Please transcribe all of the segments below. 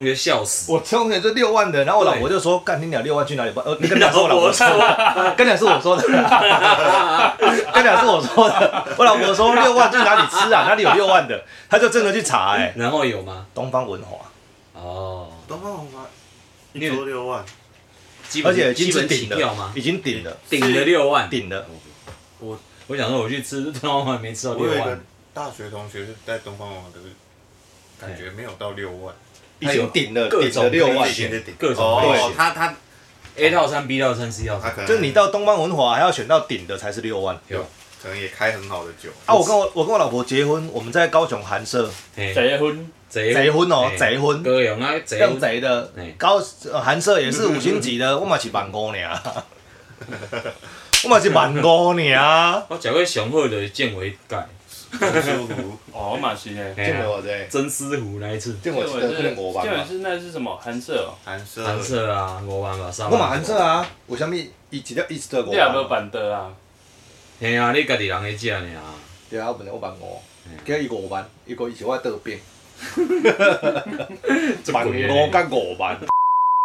学笑死。我中学就六万的，然后我老婆就说：“干你鸟六万去哪里办？”呃，跟你讲是我老婆说的， 跟你讲是我说的，跟你讲是我说的。我老婆说六万去哪里吃啊？哪里有六万的？她就真的去查、哎，然后有吗？东方文华，哦，东方红花一桌六万，基本而且已基经是本起顶跳了吗，？已经顶了，顶了六万，顶了。我我想说我去吃东方没吃到我六有一个万，大学同学是在东方文华，可是感觉没有到六万，已经顶了，各顶种了六万类。型顶各种类型哦，他他 A 套餐、B 套餐、C 套他餐，可能就是你到东方文华还要选到顶的才是六万有可能也开很好的酒啊！我跟我我跟我老婆结婚，我们在高雄寒舍嘿结婚，贼贼婚哦，贼婚哥用啊贼用贼的哎高呃寒舍也是五星级 的，我嘛是万五尔，我嘛是万五尔。我食过上好就是健维盖，很舒服，哦嘛是嘞，嘿啊我这，真丝湖那一次，这这我是这我是那是什么韩式哦，韩式蓝色啊，五万吧，三我万。嘛寒舍，啊，为什么伊只了一只五你也无万？办得啊？嘿啊，你家己人去食尔 啊，对啊，本来我万五，叫伊五万，伊个伊是我倒边，这万贵的五甲五 万。啊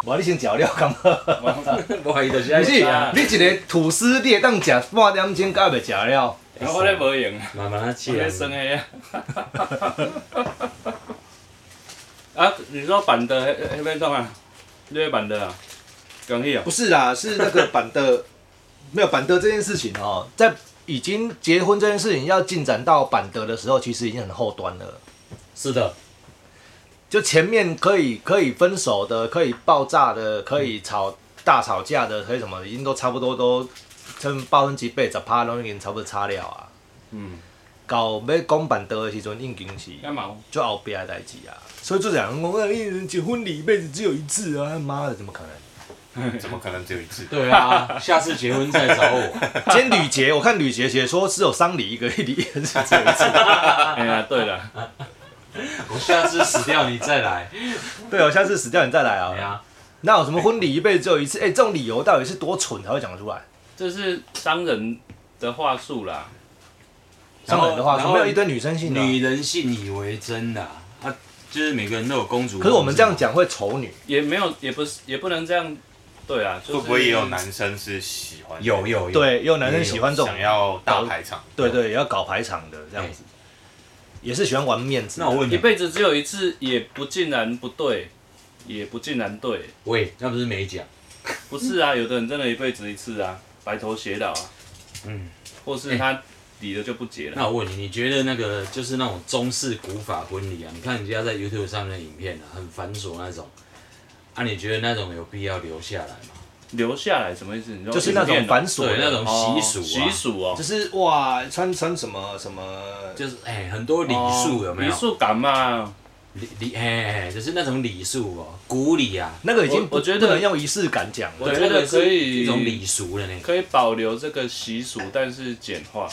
无你先食了咁。我怀疑就是不爱是食，啊，你一个吐司你会当食半点钟，敢袂食了？啊我咧无用，慢慢啊我吃啊咧。生的啊。 啊，你说板的那边怎啊？你咧板的啊？恭喜哦！不是啦，是那个板的， 没有板的这件事情哦，在已经结婚这件事情要进展到板德的时候，其实已经很后端了。是的，就前面可以可以分手的，可以爆炸的，可以吵大吵架的，可以什么，已经都差不多都，趁百分之八十趴拢已经差不多差了啊。嗯，到要讲板德的时阵，已经是干嘛？就后边的代志啊。所以就讲，我讲一人结婚礼一辈子只有一次啊，妈的，怎么可能？ 怎么可能只有一次？对啊，下次结婚再找我。今天吕杰，我看吕杰写说只有丧礼一 个礼，只有一次。哎呀，对了，我下次死掉你再来。对哦，下次死掉你再来哎啊。呀，那有什么婚礼一辈子只有一次？哎、这种理由到底是多蠢才会讲得出来？这是商人的话术啦。然后上人的话，然怎后么有一堆女生信呢、啊女人信以为真的啊，啊就是每个人都有公主梦。可是我们这样讲会丑女，也没有，也不是，也不能这样，对啊，就是、会不会也有男生是喜欢有有有，对，也有男生喜欢这种想，要大排场？对对，也要搞排场的这样哎子，也是喜欢玩面子。那我问一你，辈子只有一次，也不尽然不对，也不尽然对，喂，那不是美甲？不是啊，有的人真的一辈子一次啊，白头偕老啊，嗯，或哎是他理了就不结了，那我问你，你觉得那个就是那种中式古法婚礼啊？你看人家在 YouTube 上面的影片啊，很繁琐那种，啊，你觉得那种有必要留下来吗？留下来什么意思？你说就是那影种片啊繁琐对，那的，种习俗啊，习俗哦就，是哇，穿穿什么什么，就是哎、很多礼数有没礼有？数感嘛，礼礼哎，就是那种礼数哦，古礼啊，那个已经我我觉得不能用仪式感讲了。我觉得可以是一种礼俗的那个可以保留这个习俗，但是简化，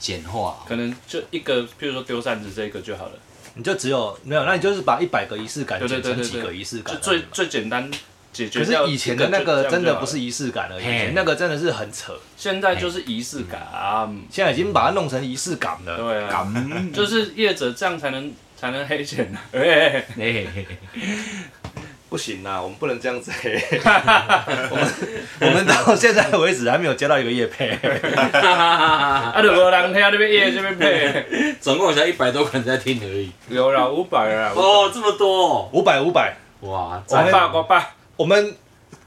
简化可能就一个，譬如说丢扇子这个就好了，你就只有没有，那你就是把一百个仪式感对剪对对成对几对个仪式感就而已嘛，最最简单解决可掉是以前这的那就个这样真的就好不是哎了仪式感而已，以嘿前那个真的是很扯，现在就是仪式感，现在已经把它弄成仪式感了。对啊，感，嗯就是业者这样才能才能黑钱 啊。哎， 嘿嘿嘿不行啊啦，我们不能这样子、 欸。我们我们到现在为止还没有接到一个业配，啊，就无人听这边哎业这边配， 总共才一百多个人在听而已。有啦，五百啦，哦，这么多、哦，五百五百，哇，我赞爸我爸，我们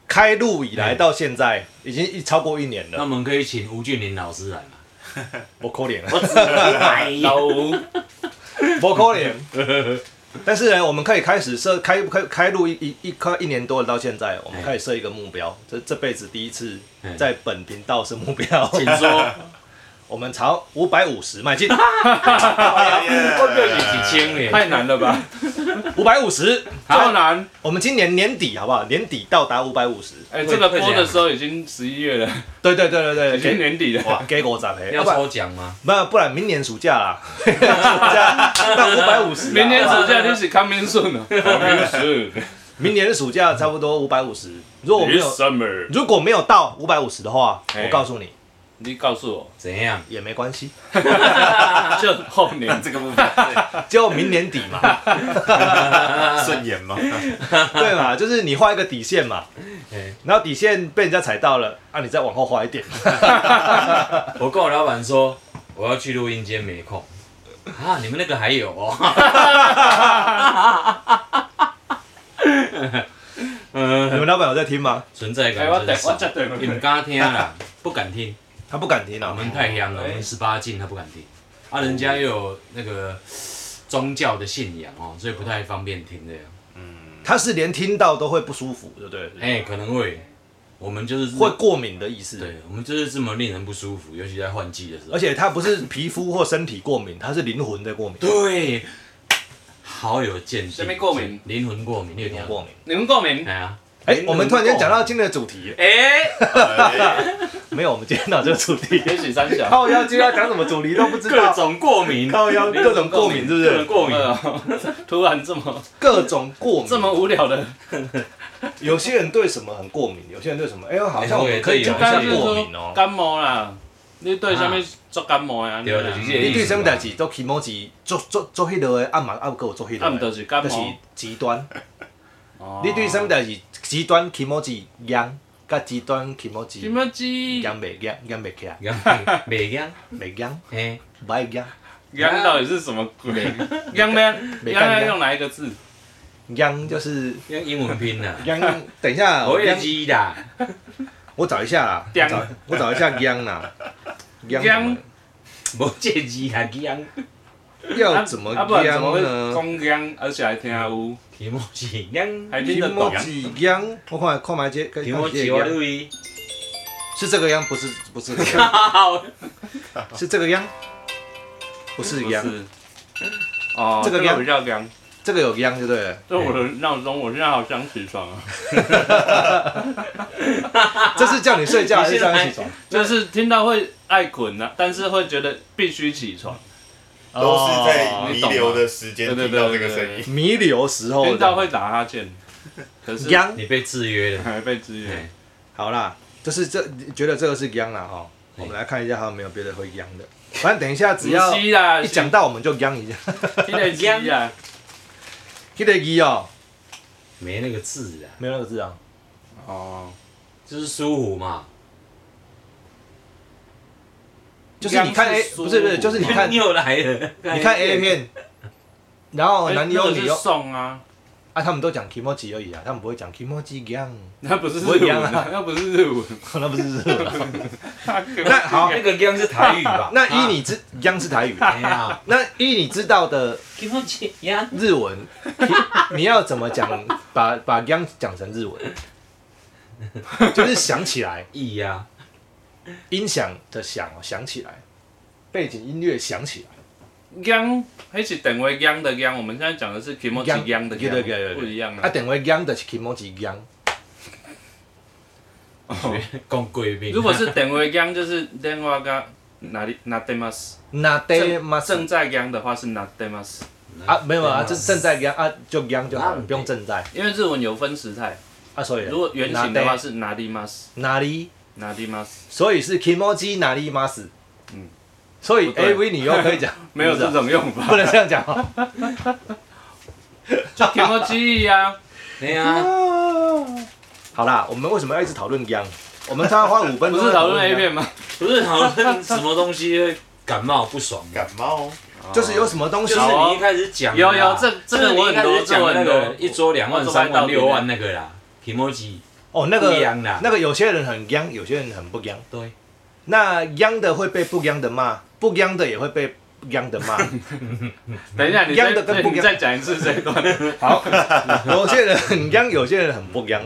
开录以来到现在已经一超过一年那我了，们可以请吴俊霖老师来嘛？我扣脸了，我只来老吴，我扣脸。但是呢，我们可以开始设开开开录一一一开一年多了，到现在我们嘿开始设一个目标，这这辈子第一次嘿在本频道设目标，请说，我们朝五百五十迈进，哎哎我不是几千耶，太难了吧，五百五十，这么难，我们今年年底好不好？年底到达五百五十。哎，这个播的时候已经十一月了，对对对对已经对，年底了，给给我咋赔？哎要要不然抽奖吗？不不然明年暑假 啦，暑假到五百五十。明年暑假就是康明顺了，康明顺明年暑假差不多五百五十。如果我没有，This summer，如果没有到五百五十的话，哎我告诉你，你告诉我，怎样？也没关系，就后看年这个部分就明年底嘛， 啊顺眼嘛，对嘛，就是你画一个底线嘛，哎然后底线被人家踩到了，啊，你再往后画一 点，我跟我老板说我要去录音间，没空。啊，你们那个还有哦。 你嗯，们老板有在听吗？存在哎我感等真是我少再。等你们刚刚听啦，不敢听，他不敢听我啊，们太香了，我哎们十八禁他不敢听。啊，人家又有那个宗教的信仰哦，所以不太方便听这样。他是连听到都会不舒服，对不对？哎，可能会，我们就是会，过敏的意思。对，我们就是这么令人不舒服，尤其在换季的时候而。且他不是皮肤或身体过敏，他是灵魂的过敏。对，好有见识。什么过敏？灵魂过敏，你有听过过？敏。你们共鸣哎。呀，哎、灵魂。我们突然间讲到今天的主题，哎，哎没有，我们今天到这个主题也许三小，靠腰今天要讲什么主题都不知各道，种过敏，靠腰各种过敏是不各种是？过敏。 突然这么各种过敏，这么无聊的，有些人对什么很过敏，有些人对什么，哎、呦，好像哎我我也们可以对有讲一一些下人过敏哦、感冒啦，你对什么做感冒呀？对啦就是这个你对什 么代志做起毛是做做做迄落的，啊嘛啊有够做迄啊，毋落就的，是感就是冒。极端。哦你对什么代志极端起毛是痒，甲极端起毛是哦什么鸡？痒袂痒，痒袂起来，痒，袂痒，袂痒，嘿，袂痒，秧到底是什么鬼？ 秧呢？没秧看要秧用哪一个字？痒就是用英文拼的。 痒。等一下，我 我也痒，记啦，我找一下啦，我痒找我找一下痒 啦。痒无这字啊，痒，要怎么啊不然怎么痒会呢？讲秧，而且还听有，题目是痒，还听起得懂毛？是痒，我看看麦这，题看目看这是我痒，录音。是这个痒，不是不是这个 痒，是这个痒，不是不痒，是。哦，这个秧比较秧。这个有痒就对了。这我的闹钟，我现在好想起床啊！这是叫你睡 觉还是叫你起床？就是听到会爱困啊，但是会觉得必须起床，哦都是在你弥懂吗留的时间听到这个声音，弥留时候听的到会打哈欠，可是痒。 你被制约了。还被支援哎。好啦，就是这觉得这个是央啦哈，哎对我们来看一下还有没有别的会央的。反正等一下只只要要啦，一讲到我们就央一下。听得鸡啊，记得一哦，没那个字啊，没有那个字啊，哦，就是舒服嘛。就是你看秧 A 是不是不是，舒服就是你看 你又来了，哎看 A 片，然后哦男那优个女是优送啊，啊，他们都讲 kimoji 而已啊，他们不会讲 kimoji 央，那不是日不一文样啊啊，那不是日文。那不是日文啊。 那那好？那，个央是台语吧 那依你知央是台语，啊 哎呀，那依你知道的题目是啊央，日文， 你你要怎么讲？把把央讲成日文，就是想起来。意呀，音响的响哦响起来，背景音乐响起来，秧，还是等为秧的秧，我们现在讲的是 k i m o j i 秧的对对对对秧，对不一样啊，啊。等会央的是 emoji 央，讲贵宾。如果是等为秧，就是电话噶哪里哪 d e m a s 那得嘛正在秧的话是哪 d e m a s 啊没有啊，这正在央啊就央就好了，不用正在因为日文有分时态，啊，所以如果原型的话哪得是哪里 mas 哪里，哪里 mas，所以是 emoji 哪里 mas，嗯嗯，所以不对 AV 你又可以讲 没有不是这啊种用法， 不能这样讲哦 就啊 k i m o j i 呀，哎呀，好啦，我们为什么要一直讨论央？我们刚刚花五分 不钟是讨论 A 央，片吗？不是讨论什么东西会感冒不爽的，感冒 就是有什么东就西是哦你一开始讲的有啦有，这就这是个你我一很开多，始这讲的我很那多个，一桌两万、我做爱三到万、底六万那个啦，emoji 哦，那不央个啦那个有些人很央，有些人很不央。对，那央的会被不央的骂，不央的也会被央的 骂。等一下，你秧再的跟对不你秧再讲一次这一段。好， 有些人很央，有些人很不央。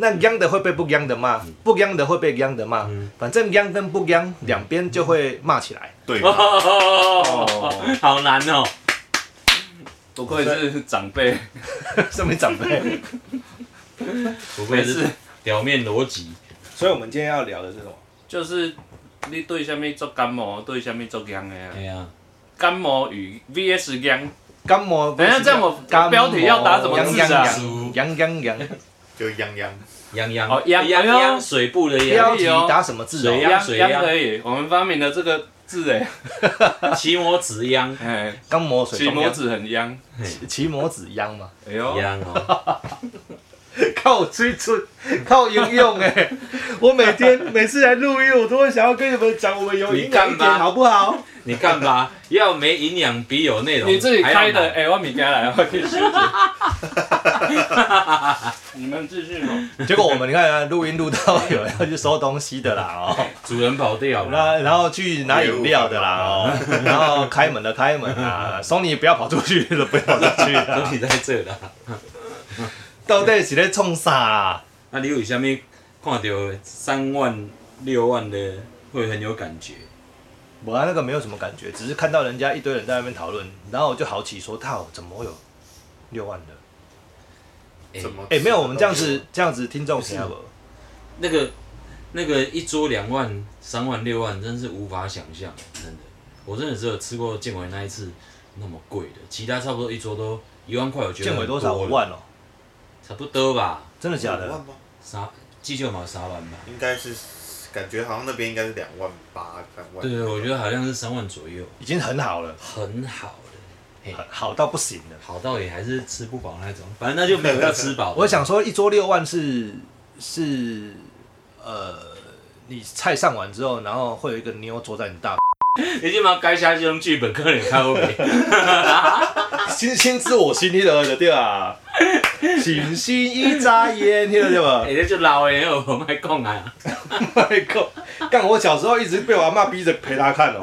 那央的会被不央的骂，不央的会被央的骂嗯，反正央跟不央两边就会骂起来。 对吧，哦，哦， 好难哦，不愧是长辈，身为 长辈，不没愧事是。表面逻辑，所以我们今天要聊的是什么？就是你对虾米做感冒，对虾米做秧的啊哎。呀，感冒与 VS 秧，干毛？等一下这样我干毛标题要打什么字啊央央央央央就泱泱泱泱哦泱泱哎呦泱水部的啊标泱，题打什么字水哦？样秧水秧样可以，我们发明了这个字哎，骑摩子泱哎，刚磨水骑中摩央，子很秧，骑摩子秧嘛，哎呦，泱哦，靠追准， 靠应用哎、 我每天每次来录音，我都会想要跟你们讲，我们有你营养一干点嘛好不好？你看 吧，要没营养比有内容，你自己开的，还要哎、我米家来，我可以休息。你们继续吧。结果我们你看啊录音录到有人要去收东西的啦哦，买主人跑掉 了，那然后去拿饮料的啦哦，然后开门的开门啊，松你不要跑出去了，不要跑出去 都了，你在这啦。到底是在冲啥啊？那你有啥物看到三万六万的会很有感觉？我那个没有什么感觉，只是看到人家一堆人在那边讨论，然后我就好奇说，靠，怎么会有六万的？哎怎么？哎、没有，我们这样子这样子听众听不？那个那个一桌两万、三万、六万，真是无法想象，真的。我真的只有吃过建伟那一次那么贵的，其他差不多一桌都一万块，我觉得建伟很多少？多五了，万哦，差不多吧，真的假五的万？吗？三记就嘛三万吧。应该是，感觉好像那边应该是两万八、三万。对，我觉得好像是三万左右，已经很好了，很好的，很好到不行了。好到也还是吃不饱那种，反正那就没有要吃饱的。我想说，一桌六万是是呃，你菜上完之后，然后会有一个妞坐在你大你今晚该下这种剧本，可能看后 面。星星知我心，你得的对啊。星星一眨眼，听得对吧哎、？这就老诶，我卖讲啊，麦克，哎干！我小时候一直被我阿妈逼着陪她看哦，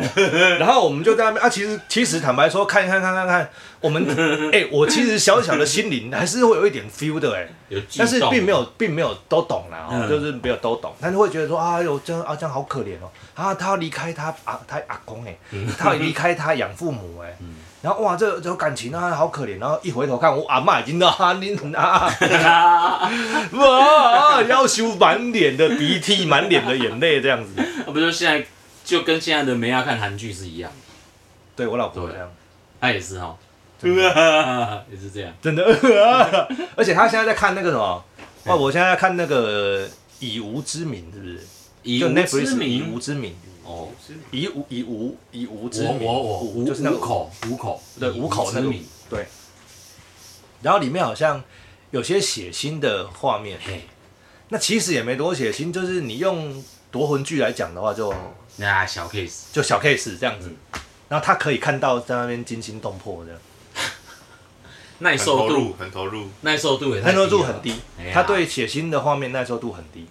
然后我们就在那边啊。其实，其实坦白说，看一看看看看，我们哎、我其实小小的心灵还是会有一点 feel 的哎、有激但是动并 没有，并没有都懂啦、哦，嗯就是没有都懂，但是会觉得说啊，哟，这样啊，这样好可怜哦，啊，他要离开他啊，他阿公哎、嗯他要离开他养父 母哎、然后哇，这这有感情啊，好可怜。然后一回头看，我阿妈已经啊，你啊， 哇，要修满脸的鼻涕，满脸的眼泪这样子。啊不就现在就跟现在的梅亚看韩剧是一样，对我老婆这样，她也是哈，啊 也是这样。真的， 而且她现在在看那个什么，嗯哇，我现在在看那个以无之名，是不是？以就无 Netflix 之以无名之名。哦，以无以无以无之我名，我我无五就是那个五，口五口对以五口之那个名，对。然后里面好像有些血腥的画面，嘿，那其实也没多血腥，就是你用夺魂剧来讲的话就，就那小 case 小 case 这样嗯子。然后他可以看到在那边惊心动魄的，耐很投受入，度很投入。耐受度也太耐受度了很低哎，呀他对血腥的画面耐受度很低，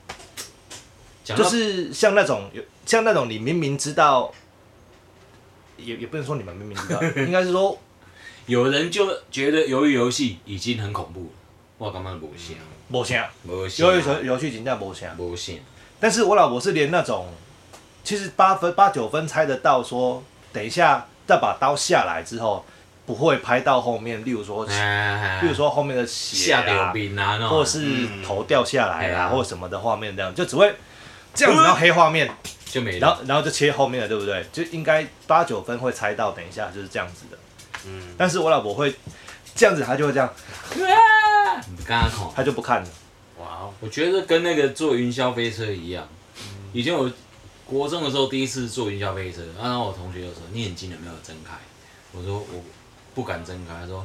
讲就到是像那种有像那种你明明知道，也也不能说你们明 明知道，应该是说有人就觉得鱿鱼游戏已经很恐怖了，我感觉无像，没啥，无像，嗯游游游戏评价没啥，无像，但是我老婆是连那种，其实八分八九分猜得到说，等一下再把刀下来之后，不会拍到后面，例如说，哎例如说后面的血下流啊，兵啊，那种或是头掉下来嗯啦、哎呀或什么的画面这样，就只会这样子，然后黑画面，就没然了。后然后就切后面了，对不对？就应该八九分会猜到，等一下就是这样子的。嗯，但是我老婆会这样子，她就会这样，你刚刚看。她就不看了。哇哦，我觉得跟那个坐云霄飞车一样，以前我国中的时候第一次坐云霄飞车，啊然后我同学就说你眼睛有没有睁开？我说我不敢睁开，他说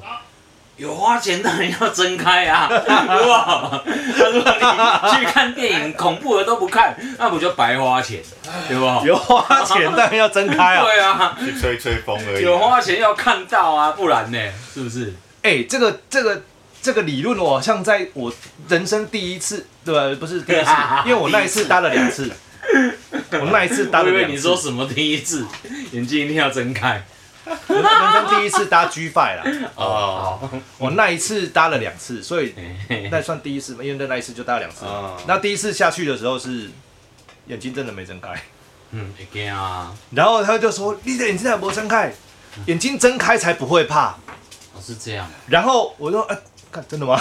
有啊花钱当然要睁开啊！ 哇，他说你去看电影恐怖的都不看，那不就白花钱，对不？有花钱当然要睁开啊。对啊，去吹吹风而已。有花钱要看到啊，不然呢，是不是？哎、这个这个这个理论，我好像在我人生第一次，对吧？不是第一次，因为我那一次搭了两次，我那一次搭我了以两为次，你说什么第一次 眼睛一定要睁开我人生第一次搭 G Five 啦，哦，我那一次搭了两次，所以嘿哦嘿那算第一次嘛，因为那一次就搭了两次。啊那第一次下去的时候是眼睛真的没睁开，嗯，会惊啊，然后他就说：“你的眼睛怎么没睁开？眼睛睁开才不会怕。哦是这样。”然后我说：“哎、看真的 吗？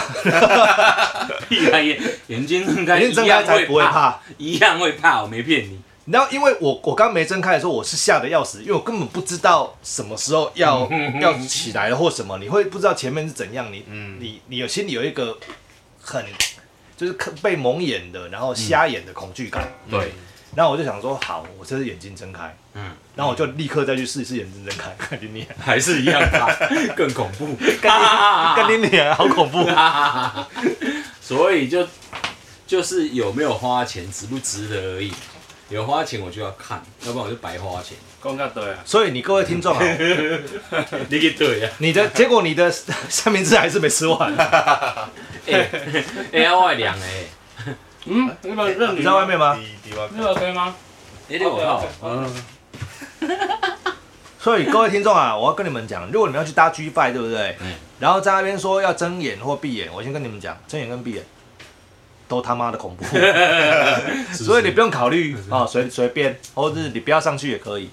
闭上啊眼眼睛睁开，眼睛睁开才不会一样怕。”一样会怕，我没骗你。然后因为我我刚没睁开的时候，我是吓得要死，因为我根本不知道什么时候要要起嗯来了或什么，你会不知道前面是怎样，你、嗯你你有心里有一个很就是看被蒙眼的，然后瞎眼的恐惧感。对，然后我就想说，好，我这是眼睛睁开，嗯，然后我就立刻再去试一次眼睛睁开，看你脸，还是一样怕， 更恐怖。看你脸，好恐怖。 所以就就是有没有花钱值不值得而已。有花钱我就要看，要不然我就白花钱。讲较对啊， 所以你各位听众啊， 你给对 啊！ 你的结果你的三明治还是没吃 完，哎、哎、欸，我凉哎、嗯，日本认你女在外面吗？低低洼日本可以吗？哎、欸，我靠，嗯，所以各位听众啊，我要跟你们讲，如果你们要去搭 G Five，对不对？嗯然后在那边说要睁眼或闭眼，我先跟你们讲，睁眼跟闭眼都他妈的 恐怖，所以你不用考虑啊，随随便，或者是你不要上去也可以。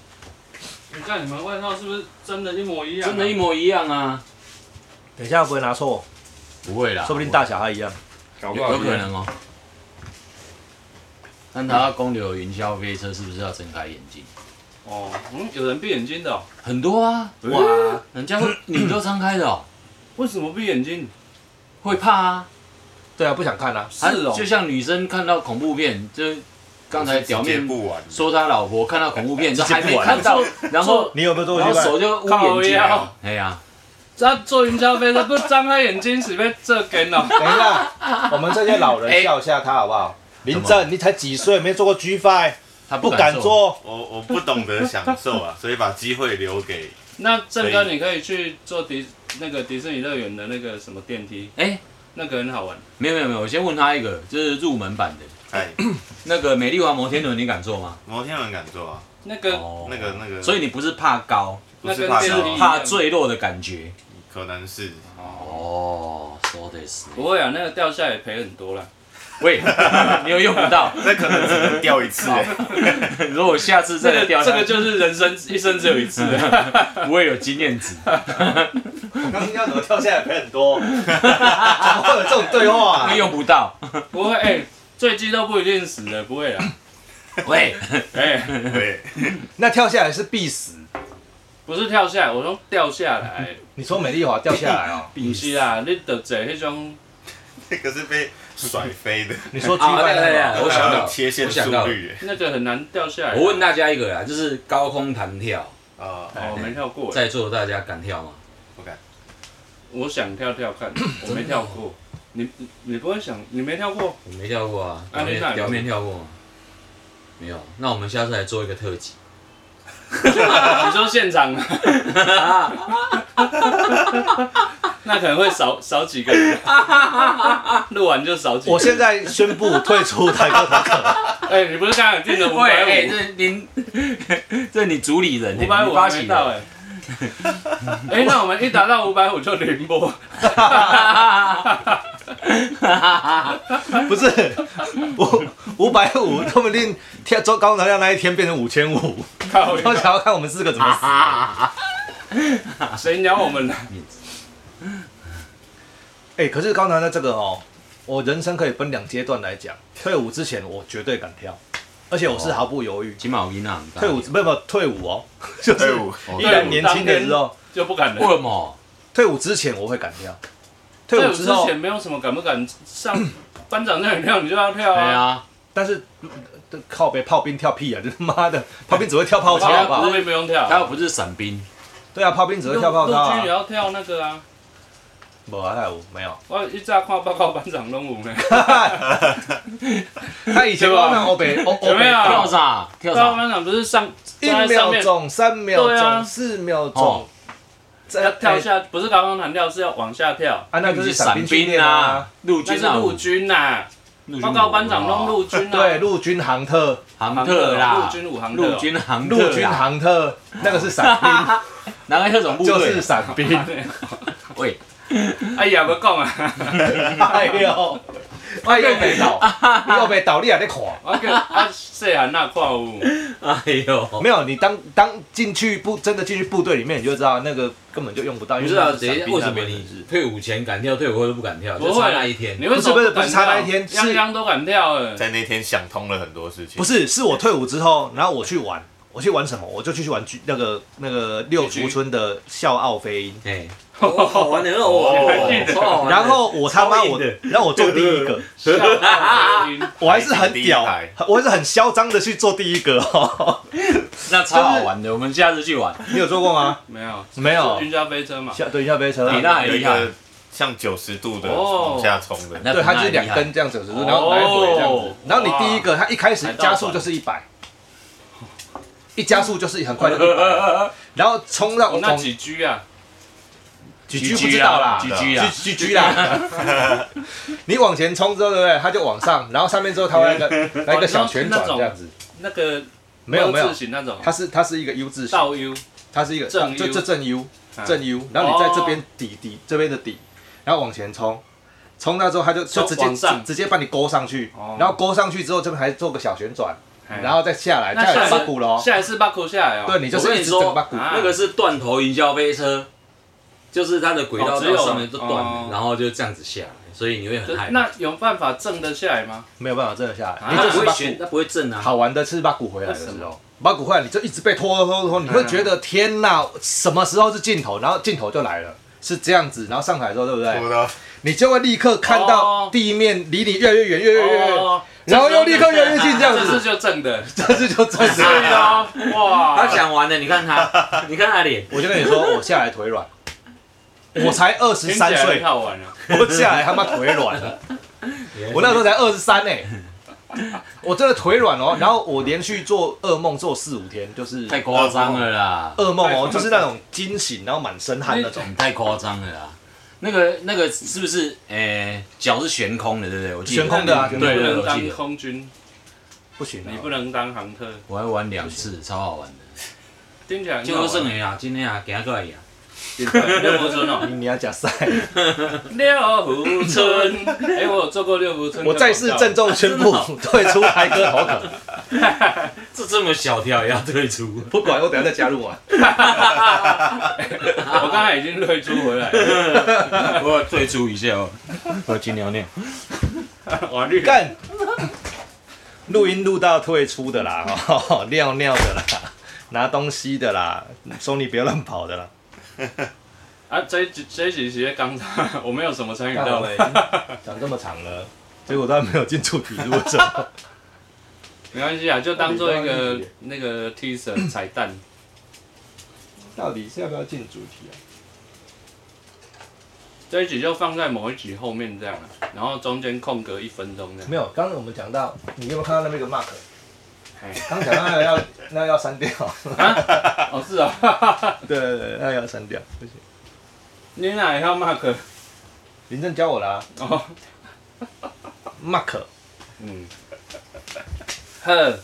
你看你们外套是不是真的，一模一样啊？真的，一模一样啊！等一下会不会拿错，不会啦，说不定大小孩一样。搞有不好有可能哦、但他公牛云霄飞车是不是要睁开眼睛？哦，嗯，有人闭眼睛的哦，很多啊，哇，人家说你都张开的哦、为什么闭眼睛？会怕啊。对啊，不想看啊。是哦啊就像女生看到恐怖片，就刚才表直接面不玩，说他老婆看到恐怖片，就直接还不没玩看到，然后你有没有做然过 G 后 Five？手就捂靠眼睛腰啊，哎呀，他坐云霄飞车不张开眼睛，是被这 根哦。等一下，我们这些老人笑一下他好不好？林正，你才几岁，没做过 G Five，他哎不敢做，做。我我不懂得享受啊，所以把机会留给那正哥，你可以去坐迪那个迪士尼乐园的那个什么电梯，哎，那个很好玩。没有没有没有，我先问他一个，就是入门版的哎，那个《美丽华摩天轮》，你敢坐吗？摩天轮敢做啊，那个哦那个那个，所以你不是怕高，不是那跟怕电高梯啊，怕坠落的感觉。可能是哦，so this，不会啊，那个掉下来赔很多 啦。喂，你又用不到， 那可能只能掉一次欸，如果我下次这再来个掉这下个去，就是人生一生只 有一次的。不会有经验值。刚刚要怎么跳下来赔很多？怎么啊会有这种对话 啊因为？用不到。不会，哎、坠机都不一定死的，不会啦。 喂，哎、对，那跳下来是必死。不是跳下来，我说掉下来，你说美丽华掉下来哦？不是啦，你得坐迄种，那个是被甩飞的，你说 G 啊对 Five 对那对种我想到了切线我想到速了率那个很难掉下来。啊我问，大家一个啦，就是高空弹跳，欸啊，哦，没跳过，在座大家敢跳吗？不敢，我想跳跳看，我没跳过。你你你不会想，你没跳过？我没跳过啊，啊表你哪面里表面跳过吗？没有，那我们下次来做一个特辑。 你说现场， 那可能会少少几 个人，录完就少几个人。我现在宣布退出台客堂客，哎、你不是刚刚有定了五喂，哎，百这您， 这你主理人，五，五百你五发还没起 到的，哎、哎、那我们一达到五百五就零播。 不是五五百五，说不定跳周高能量那一天变成五千五。靠他想要看我们四个怎么死。啊谁鸟我们了？哎，可是高能量这个哦，我人生可以分两阶段来讲。退伍之前我绝对敢跳，而且我是毫不犹豫。起码我赢了。退伍没有没有退伍哦， 就是队伍依对然年轻的时候。就不敢为了。什么？退伍之前我会敢跳，退对，伍我之之后，前没有什么敢不敢上班长那里跳，你就要跳对哎啊。啊，但是呃靠北炮兵跳屁啊！这他妈的，炮兵只会跳炮操，好好像不好不？会不用跳，他又不是伞兵，对啊，炮兵只会跳炮操陆军啊也。要跳那个啊。没啊，有没 有？我一直在看报告班长拢有呢，他以前对吧我看欧北欧有欧没北有跳啥跳 报告啥，班长不是上一站在上秒面钟、三秒对啊钟、四秒钟哦，再要哎跳下，不是高空弹跳，是要往下跳。啊，那就是伞伞兵训兵练啊啊。，陆那军是啊，陆军呐，陆军报告班长弄陆陆军啊，哦对，陆军航特、啊航航特啦陆，军五航特陆，军航特啦陆军，航特，那个是伞 兵，南海特种部队就是伞兵。喂， 哎呀，不讲啊， 哎呦， 哎又被倒， 你又被倒，你也在看。我跟啊细汉那看有，哎呦，没有，你当当进去部真的进去部队里面，你就知道那个根本就用不到。不知道因谁为为那什是伞么兵啊那边你退伍前敢跳，退伍后都不敢跳，不就会差那一天。你为什么不是不敢是差那一天跳是样样都敢跳了。哎在那天想通了很多事情，不是？是我退伍之后，然后我去玩，我去玩什么，我就去玩狙那个那个六狙福村的笑傲飞鹰，哎，哦好玩的很好玩，超好玩的。然后我他妈超硬我的让我做第一个，笑 傲飞鹰我还是很第一屌排，我还是很嚣张的去做第一个哦。那超好玩的，我们下次去玩。你有做过 吗？没有没有云霄飞车嘛，下对一下飞车，你那很有厉一害个，像九十度的哦往下冲的，那对，它就是那很两厉害根这样子，就是哦然后来回这样子。然后你第一个，它一开始加速就是一百，一加速就是很快 就一百，然后冲到哦我那从几 G 啊？几 G 不知道啦，几几 G 啊，几 G 啦。 你往前冲之后，对不对？它就往上，然后上面之后它会来一个 来一个小旋转这样子。那个哦没有没有字，形那种它是它是一个 U 字形，倒 U，它是一个正 U 就就正 U 哦啊正 U，然后你在这边底底这边的底，然后往前冲，冲到之后它就就直接往上直直接把你勾上去哦，然后勾上去之后这边还做个小旋转，哎然后再下来，那再来下八来股喽。下一次把口下来哦。对，你就我是跟一你直说整八股，啊那个是断头云霄飞车，就是它的轨道哦只有到上面都断哦了，然后就这样子下来，所以你会很对害怕。那有办法挣得下来吗？没有办法真的下来，啊你它就不是会八旋，股。它不会震啊。好玩的是八股回来的为时什么候，八股回来你就一直被拖拖拖，你会觉得天哪，什么时候是尽头？然后尽头就来了。是这样子，然后上台之后，对不拖对？到你就会立刻看哦到地面离你越来越远，越来越远，越来越哦然后又立刻越来越近，这样这次子，就挣 的，这次就真对的。啊，哇，他想玩的，你看他，你看他脸，我就跟你说，我下来腿软，我才二十听起来三很岁，好玩啊，我下来他妈腿软 了。我那时候才二十三呢，我真的腿软哦。然后我连续做噩梦做四五天，就是太夸张了啦，噩梦哦，就是那种惊醒然后满身汗那种。你太夸张了啦。那个那个是不是？诶，脚是悬空的，对不对？我记得悬空的啊对悬对你不对，能我当记得。空军，不行啊，你不能当航特，我还玩两次，超好玩的。听起来很好就玩剩的啊，今天啊，行过来啊。六福村哦，你你要假 赛。六福村，哎，我有做过六福村，我再次郑，重宣布 退出台哥好梗，这这么小条也要退出？不管我等下再加入 啊。我刚才已经退出回来了，我退出一下哦。 我去尿尿。哇，绿干，录音录到退出的啦，哦， 尿尿的啦，拿东西的啦，说你不要乱跑的啦。啊，这一集这一集直接刚才我没有什么参与到，讲这么长了，结果都还没有进主题，是为什么？没关系啊，就当做一我个礼拜一集那个 teaser 彩蛋。 到底是要不要进主题啊？这一集就放在某一集后面这样，然后中间空格一分钟这样。没有，刚刚我们讲到，你有没有看到那边有个 mark？嘿刚讲到那个要那个要删掉，哦，是啊，对对对，那个要删掉，不行。你哪还要 mark？林正教我啦、哦， mark 嗯，呵，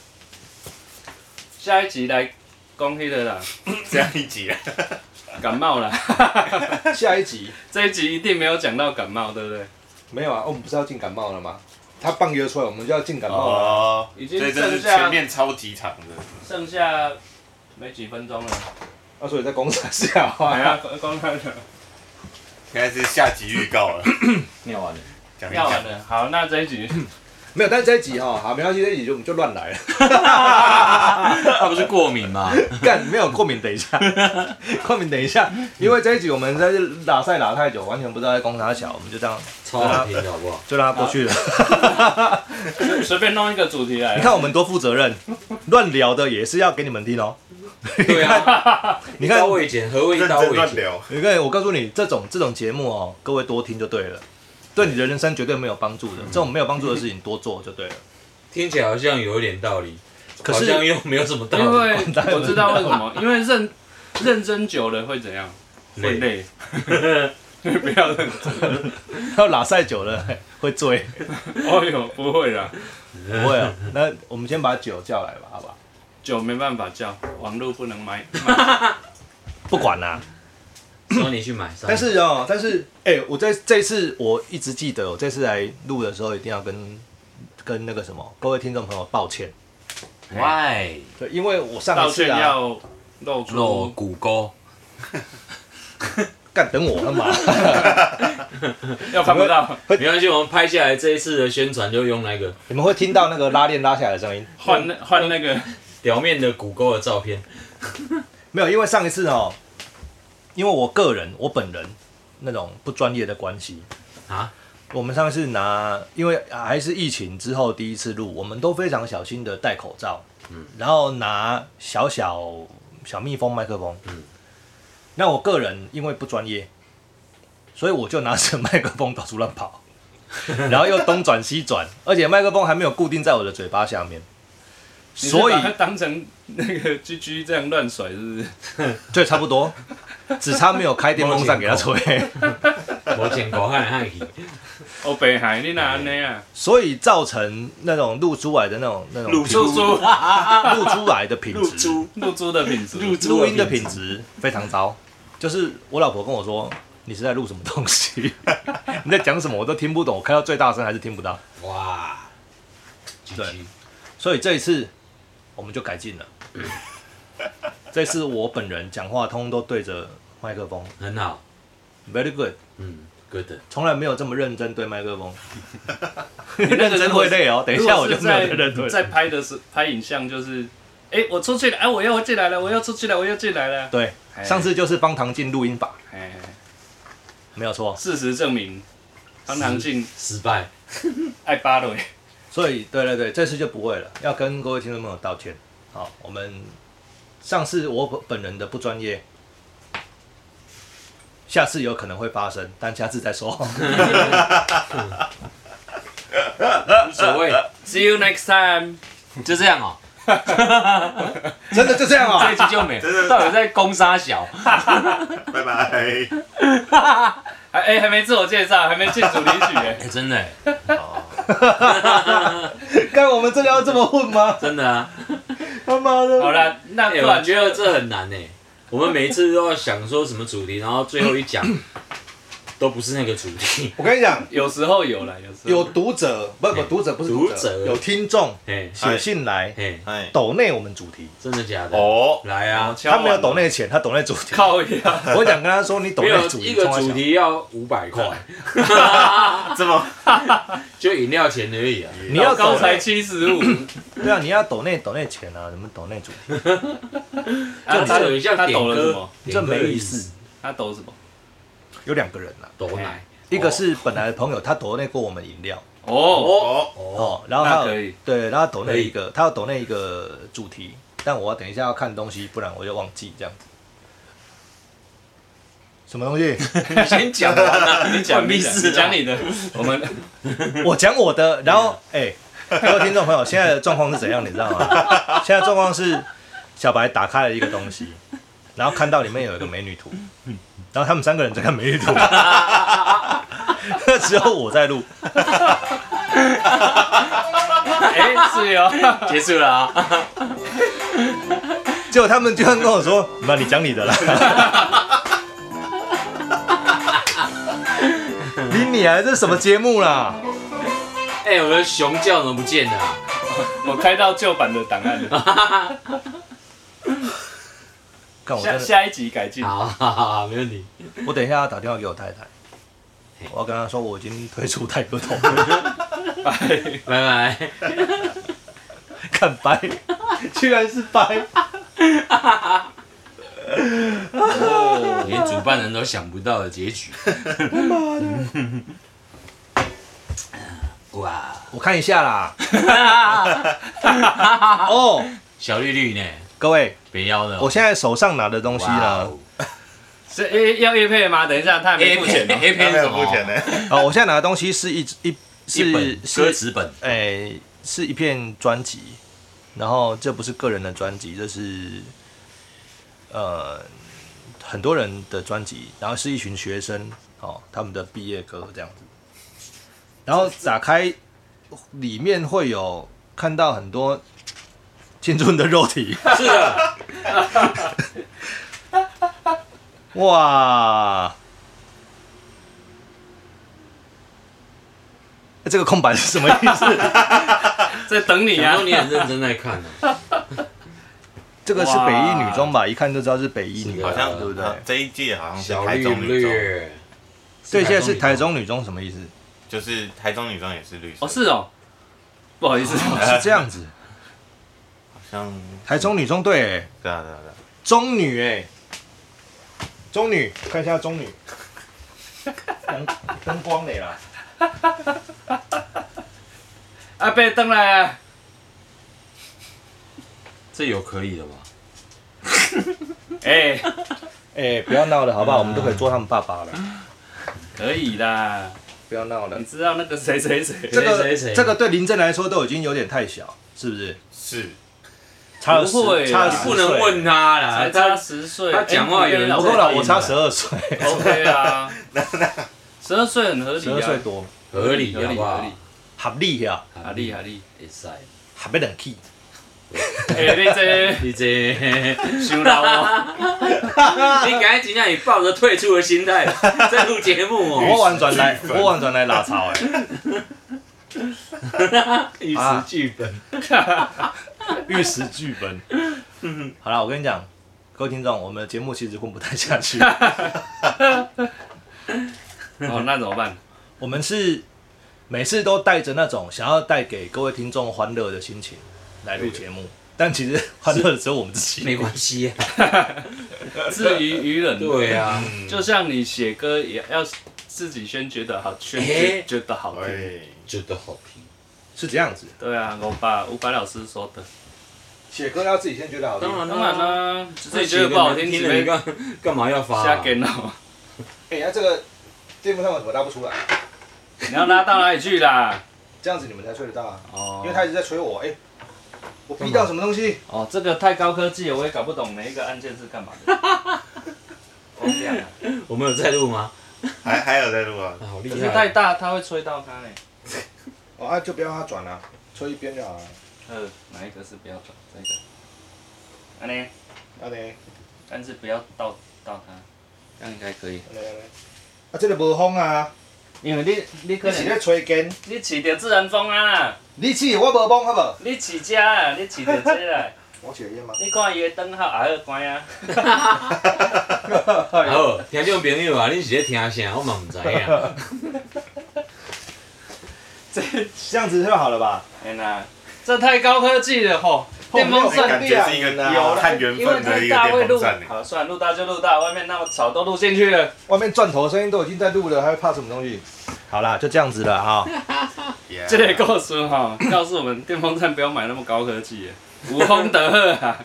下一集来讲迄个啦，这样一 集啊，感冒 啦。下一集这一集一定没有讲到感冒，对不对？没有啊？我们不是要进感冒了吗？他棒约出来，我们就要进感冒了。啊哦，已经所以这剩是下前面超级长的，剩下没几分钟了，啊，所以在公司啊下哎话，呀，刚才现在是下集预告 了，尿完了。讲一 要完讲，了。好，那这一 集没有，但是这一集哈，好，没关系，这一集就我们就乱来了。 他不是过敏吗？ 干，没有过敏，等一 下，过敏，等一下，因为这一集我们在这拉赛拉太久，完全不知道在攻啥小，我们就这样超好听的好不 好？就让它过去了。随随便弄一个主题来你。看我们多负责任，乱聊的也是要给你们听哦。对啊，你看到，位剪，何谓认到真位乱剪？聊，你看，我告诉你，这种这种节目哦，各位多听就对了，对你的人生绝对没有帮助的。这种没有帮助的事情多做就对了。听起来好像有一点道理，可好像是又没有什么道因理。为我知道为什么，因为认认真久了会怎样？会累累。 不要认真。 要拉赛久了会 醉，哦哟，不会啦，不会啊。那我们先把酒叫来吧，好吧？酒没办法叫，网络不能买。不管啦、说你去买，但是哦，但是哎、我在这一次我一直记得，我这次来录的时候一定要跟跟那个什么各位听众朋友抱歉， why 对，因为我上道一次歉啊，要露出露骨沟，干等我干嘛？ 要看不到，没关系，我们拍下来这一次的宣传就用那个，你们会听到那个拉链拉下来的声音，换那换那个表面的骨沟的照片，没有，因为上一次哦，因为我个人我本人那种不专业的关系啊，我们上一次拿，因为啊还是疫情之后第一次录，我们都非常小心的戴口罩，嗯，然后拿小小小蜜蜂麦克风，嗯嗯，那我个人因为不专业，所以我就拿着麦克风到处乱跑，然后又东转西转，而且麦克风还没有固定在我的嘴巴下面， 你是所以把它当成那个 GG 这样乱甩，是不是？对，差不多，只差没有开电风扇给他吹。我剪狗汉汉皮，哦，北海，你哪安尼啊？所以造成那种露出来的那种那种露品出猪露出来的品质，露珠的品质，露珠录音的品质非常糟。就是我老婆跟我说，你是在录什么东西？ 你在讲什么？我都听不懂，我开到最大声还是听不到。哇，GG 对所以这一次我们就改进了。这次我本人讲话通通都对着麦克风很好， ，very good，嗯，good，从来没有这么认真对麦克风。你那认个真会累哦，等一下我就没有在认如真果是。在在拍的是拍影像，就是，哎、我出去了，哎、我又进来了，我又出去了，我又进来了。对，哎上次就是方唐镜录音法，哎，没有错。事实证明，方唐镜失 败，爱芭蕾，所以，对对对，这次就不会了，要跟各位听众朋友道歉。好，我们上次我本本人的不专业，下次有可能会发生，但下次再说。 无所 谓， See you next time。就这样哦，真的就这样啊、这一集就 没有，到底在攻杀小，拜拜。哎、哎， 还没自我介绍，还没进主题曲哎。 哎，真的耶，该我们真的要这么混吗？真的啊，他妈的！好了，那不哎，我然觉得这很难呢，我们每一次都要想说什么主题，然后最后一讲都不是那个主题，我跟你讲，有时候有啦，有时候有读者不不，读者不是读嗯哎者，读者有听众嘿，写信来嘿，哎，抖内我们主题，真的假的？哦，来啊，他没有抖内钱，他抖内 主题。靠呀，我想跟他说，你抖没内有主一题，个冲他主笑题要五百块，这么就饮料钱而已啊，你要高抖才内，七十 五，对啊，你要抖内抖内钱啊，什么抖内主题？啊他这有一项他点抖了什歌么？，点这歌没意思。他抖什么？有两个人啊，抖奶一个是本来的朋友，他抖内过我们饮料哦，哦，哦，哦，然后他有那可以对，然后抖内一个，他要抖内一个主题，但我要等一下要看东西，不然我就忘记这样子。什么东西？你先讲完了， 你讲历你史，讲你的，我们 我讲我的，然后哎，各位听众朋友，现在的状况是怎样？你知道 吗？现在状况是小白打开了一个东西，然后看到里面有一个美女图，嗯然后他们三个人在看美女 图，只有我在录。 哎是哟，结束了啊，结果他们居然跟我说：“那你讲你 的啦。”你你啊，这是什么节目啦？ 哎，我的熊叫怎么不见了啊？ 我开到旧版的档案了，看我下真的，下一集改进。好，哈哈哈没问题，我等一下要打电话给我太太，我要跟她说我已经退出泰格头了，拜拜。看掰，居然是掰。 连主办人都想不到的结 局。哇，我看一下啦。哦，小绿绿呢？各位，别要了哦，我现在手上拿的东西哇呢哦？， 是诶要叶配吗？等一下，他还没 A 付钱片 呢。 A 他片没是什有么付 钱呢。哦，我现在拿的东西是一一一本是歌是词本，哎、是一片专辑，然后这不是个人的专辑，这是呃很多人的专辑，然后是一群学生哦他们的毕业歌这样子，然后打开里面会有看到很多青春的肉体， 是啊的，哇！欸这个空白是什么意 思？在等你然啊后！你很认真在看呢。这个是北一女中吧？一看就知道是北一女是中，好像对不对？这一届好像是小台绿中女中，绿，对，现在是台中女中什么意思？就是哦台中女中也是绿色。哦，是哦，不好意思，是这样子，像台中女中队、欸，对啊对啊对啊，中女哎、中女，看一下中女，灯灯光嘞啦，阿伯登来啊，这有可以的吧？哎、哎、不要闹了好不好？我们都可以做他们爸爸了，可以啦。不要闹了你。知道那个谁谁谁？这个谁谁谁这个对林正来说都已经有点太小，是不是？是差了十不会啦差了你十不能岁问他啦才，差十岁，他讲话有人哎我够你别了，老我差十二岁， OK 啊， 十二岁很合理、啊，十二岁多，合理合好理不合好理？，合理啊，合理合理。会使。合不能去。哎、你这你这，你想 老哦，赶紧让你抱着退出的心 态在录节目我哦，完全来，俱焚我完全来拉草哎，与啊时俱焚。玉石俱焚。好了，我跟你讲，各位听众，我们的节目其实混不太下去，哦，那怎么办？我们是每次都带着那种想要带给各位听众欢乐的心情来录节目，但其实欢乐的只有我们自己。没关系啊，至于愚人，对啊，就像你写歌也要自己先觉得好，先哎觉觉得好听。哎，觉得好听。是这样子，对啊，我把伍佰老师说的，写歌要自己先觉得好当然当然啦，啦、自己觉得不好听，听只了你能干干嘛要发啊？瞎给闹。哎呀，这个电风扇我怎么拉不出来？你要拉到哪里去啦？这样子你们才吹得到啊，哦，一直在催我，哎，我逼到什么东西？哦，这个太高科技了，我也搞不懂每一个按键是干嘛 的。哦，这样啊，我们有在录吗？还还有在录啊，啊好可厉是太害！大，它会吹到它欸嘞。哦啊，就不要让它转了，吹一边就好了。呃，哪一个是不要转？这个，安呢？啊嘞，但是不要倒倒它，这样应该可以。啊嘞，啊嘞，啊这个无风啊，因为你你可你是咧能吹根，你起着自然风啊，你试我无风好你起家啊，你起着这啊， 无？我抽烟吗？你看伊的灯号也好 关啊。好，听众朋友啊，恁是咧听啥？我嘛毋知啊 影。这样子就好了吧？天哪、哎这太高科技了吼！电风算扇感觉是一个亮有啦哦看缘因为分的太一大个会电录风扇，哎呢。好，算了，录到就录到，外面那么吵都录进去了。外面钻头的声音都已经在录了，还会怕什么东西？好啦，就这样子了 啊。 Yeah 这 类告诉哈， 告诉我们电风扇不要买那么高科技的，无风得鹤啊，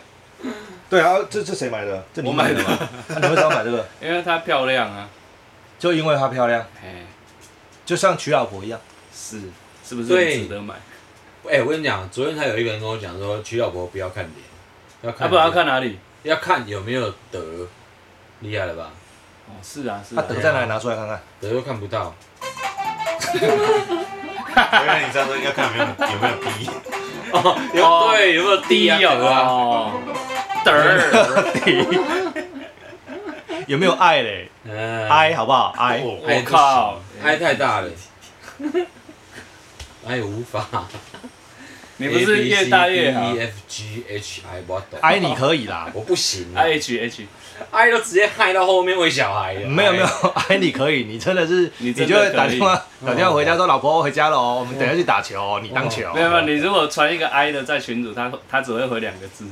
对啊，这这谁买的？这你我买的的吗？啊你为什么要买这个？因为它漂亮啊。就因为它漂亮，哎，就像娶老婆一样。是是不是很对值得买？哎，我跟你讲，昨天才有一个人跟我讲说，娶老婆不要看脸，要啊，看不然要脸看哪里？要看有没有德，厉害了吧？哦，是啊，是它啊。德在哪里？拿出来看看。德都看不到，我以为你上次要看有没有有没有逼，有对有没有哦低低啊？德啊？哦，嘚儿，啊有没有爱嘞？嗯，爱好不好？爱哦哎我靠，爱太大 了，哎无法。你不是越大越好 A B C D E F G H I 我懂，爱你可以啦，我不行啊？I，H H，爱都直接害到后面喂小孩了。没有没有，爱你可以，你真的是，你哎你就真的哦会打电话可以打电话回家说，老婆我回家了哦，我们等一下去打球哦，你当球。没有没啊有，你如果传一个 I 的在群主，他他只会回两个字，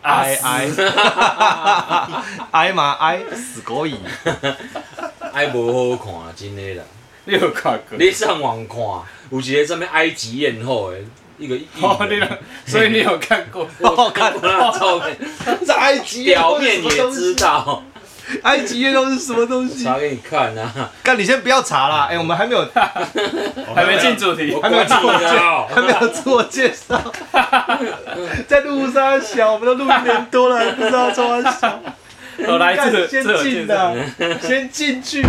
啊哀 哀，哀嘛哀，死狗 蚁。哎爱无好看啊，真的啦。你有看过？你上网看，有一个什么埃及艳后的一个艺哦，你有人，，所以你有看过？我看我 那照片这埃及表面也知，道，埃及艳都是什么东西？查给你看啊，干，你先不要查嗯啦，哎，我们还没有还还没进主题我，啊还没有关注做到。没有自我介 绍，在路上小，我们都录一年多了，还不知道做完小。我来干自先自我介进绍。的，先进去。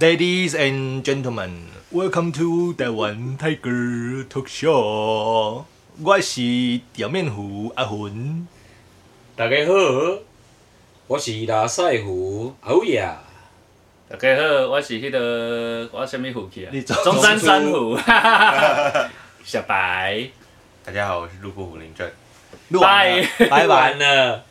Ladies and gentlemen, welcome to Taiwan Tiger Talk Show。我是表面虎阿魂。大家好，我是拉塞胡欧亚，大家好，我是迄、个我什么虎去啊你？中中山三虎，小白。大家好，我是路过虎林镇，录完了，拜拜完。了。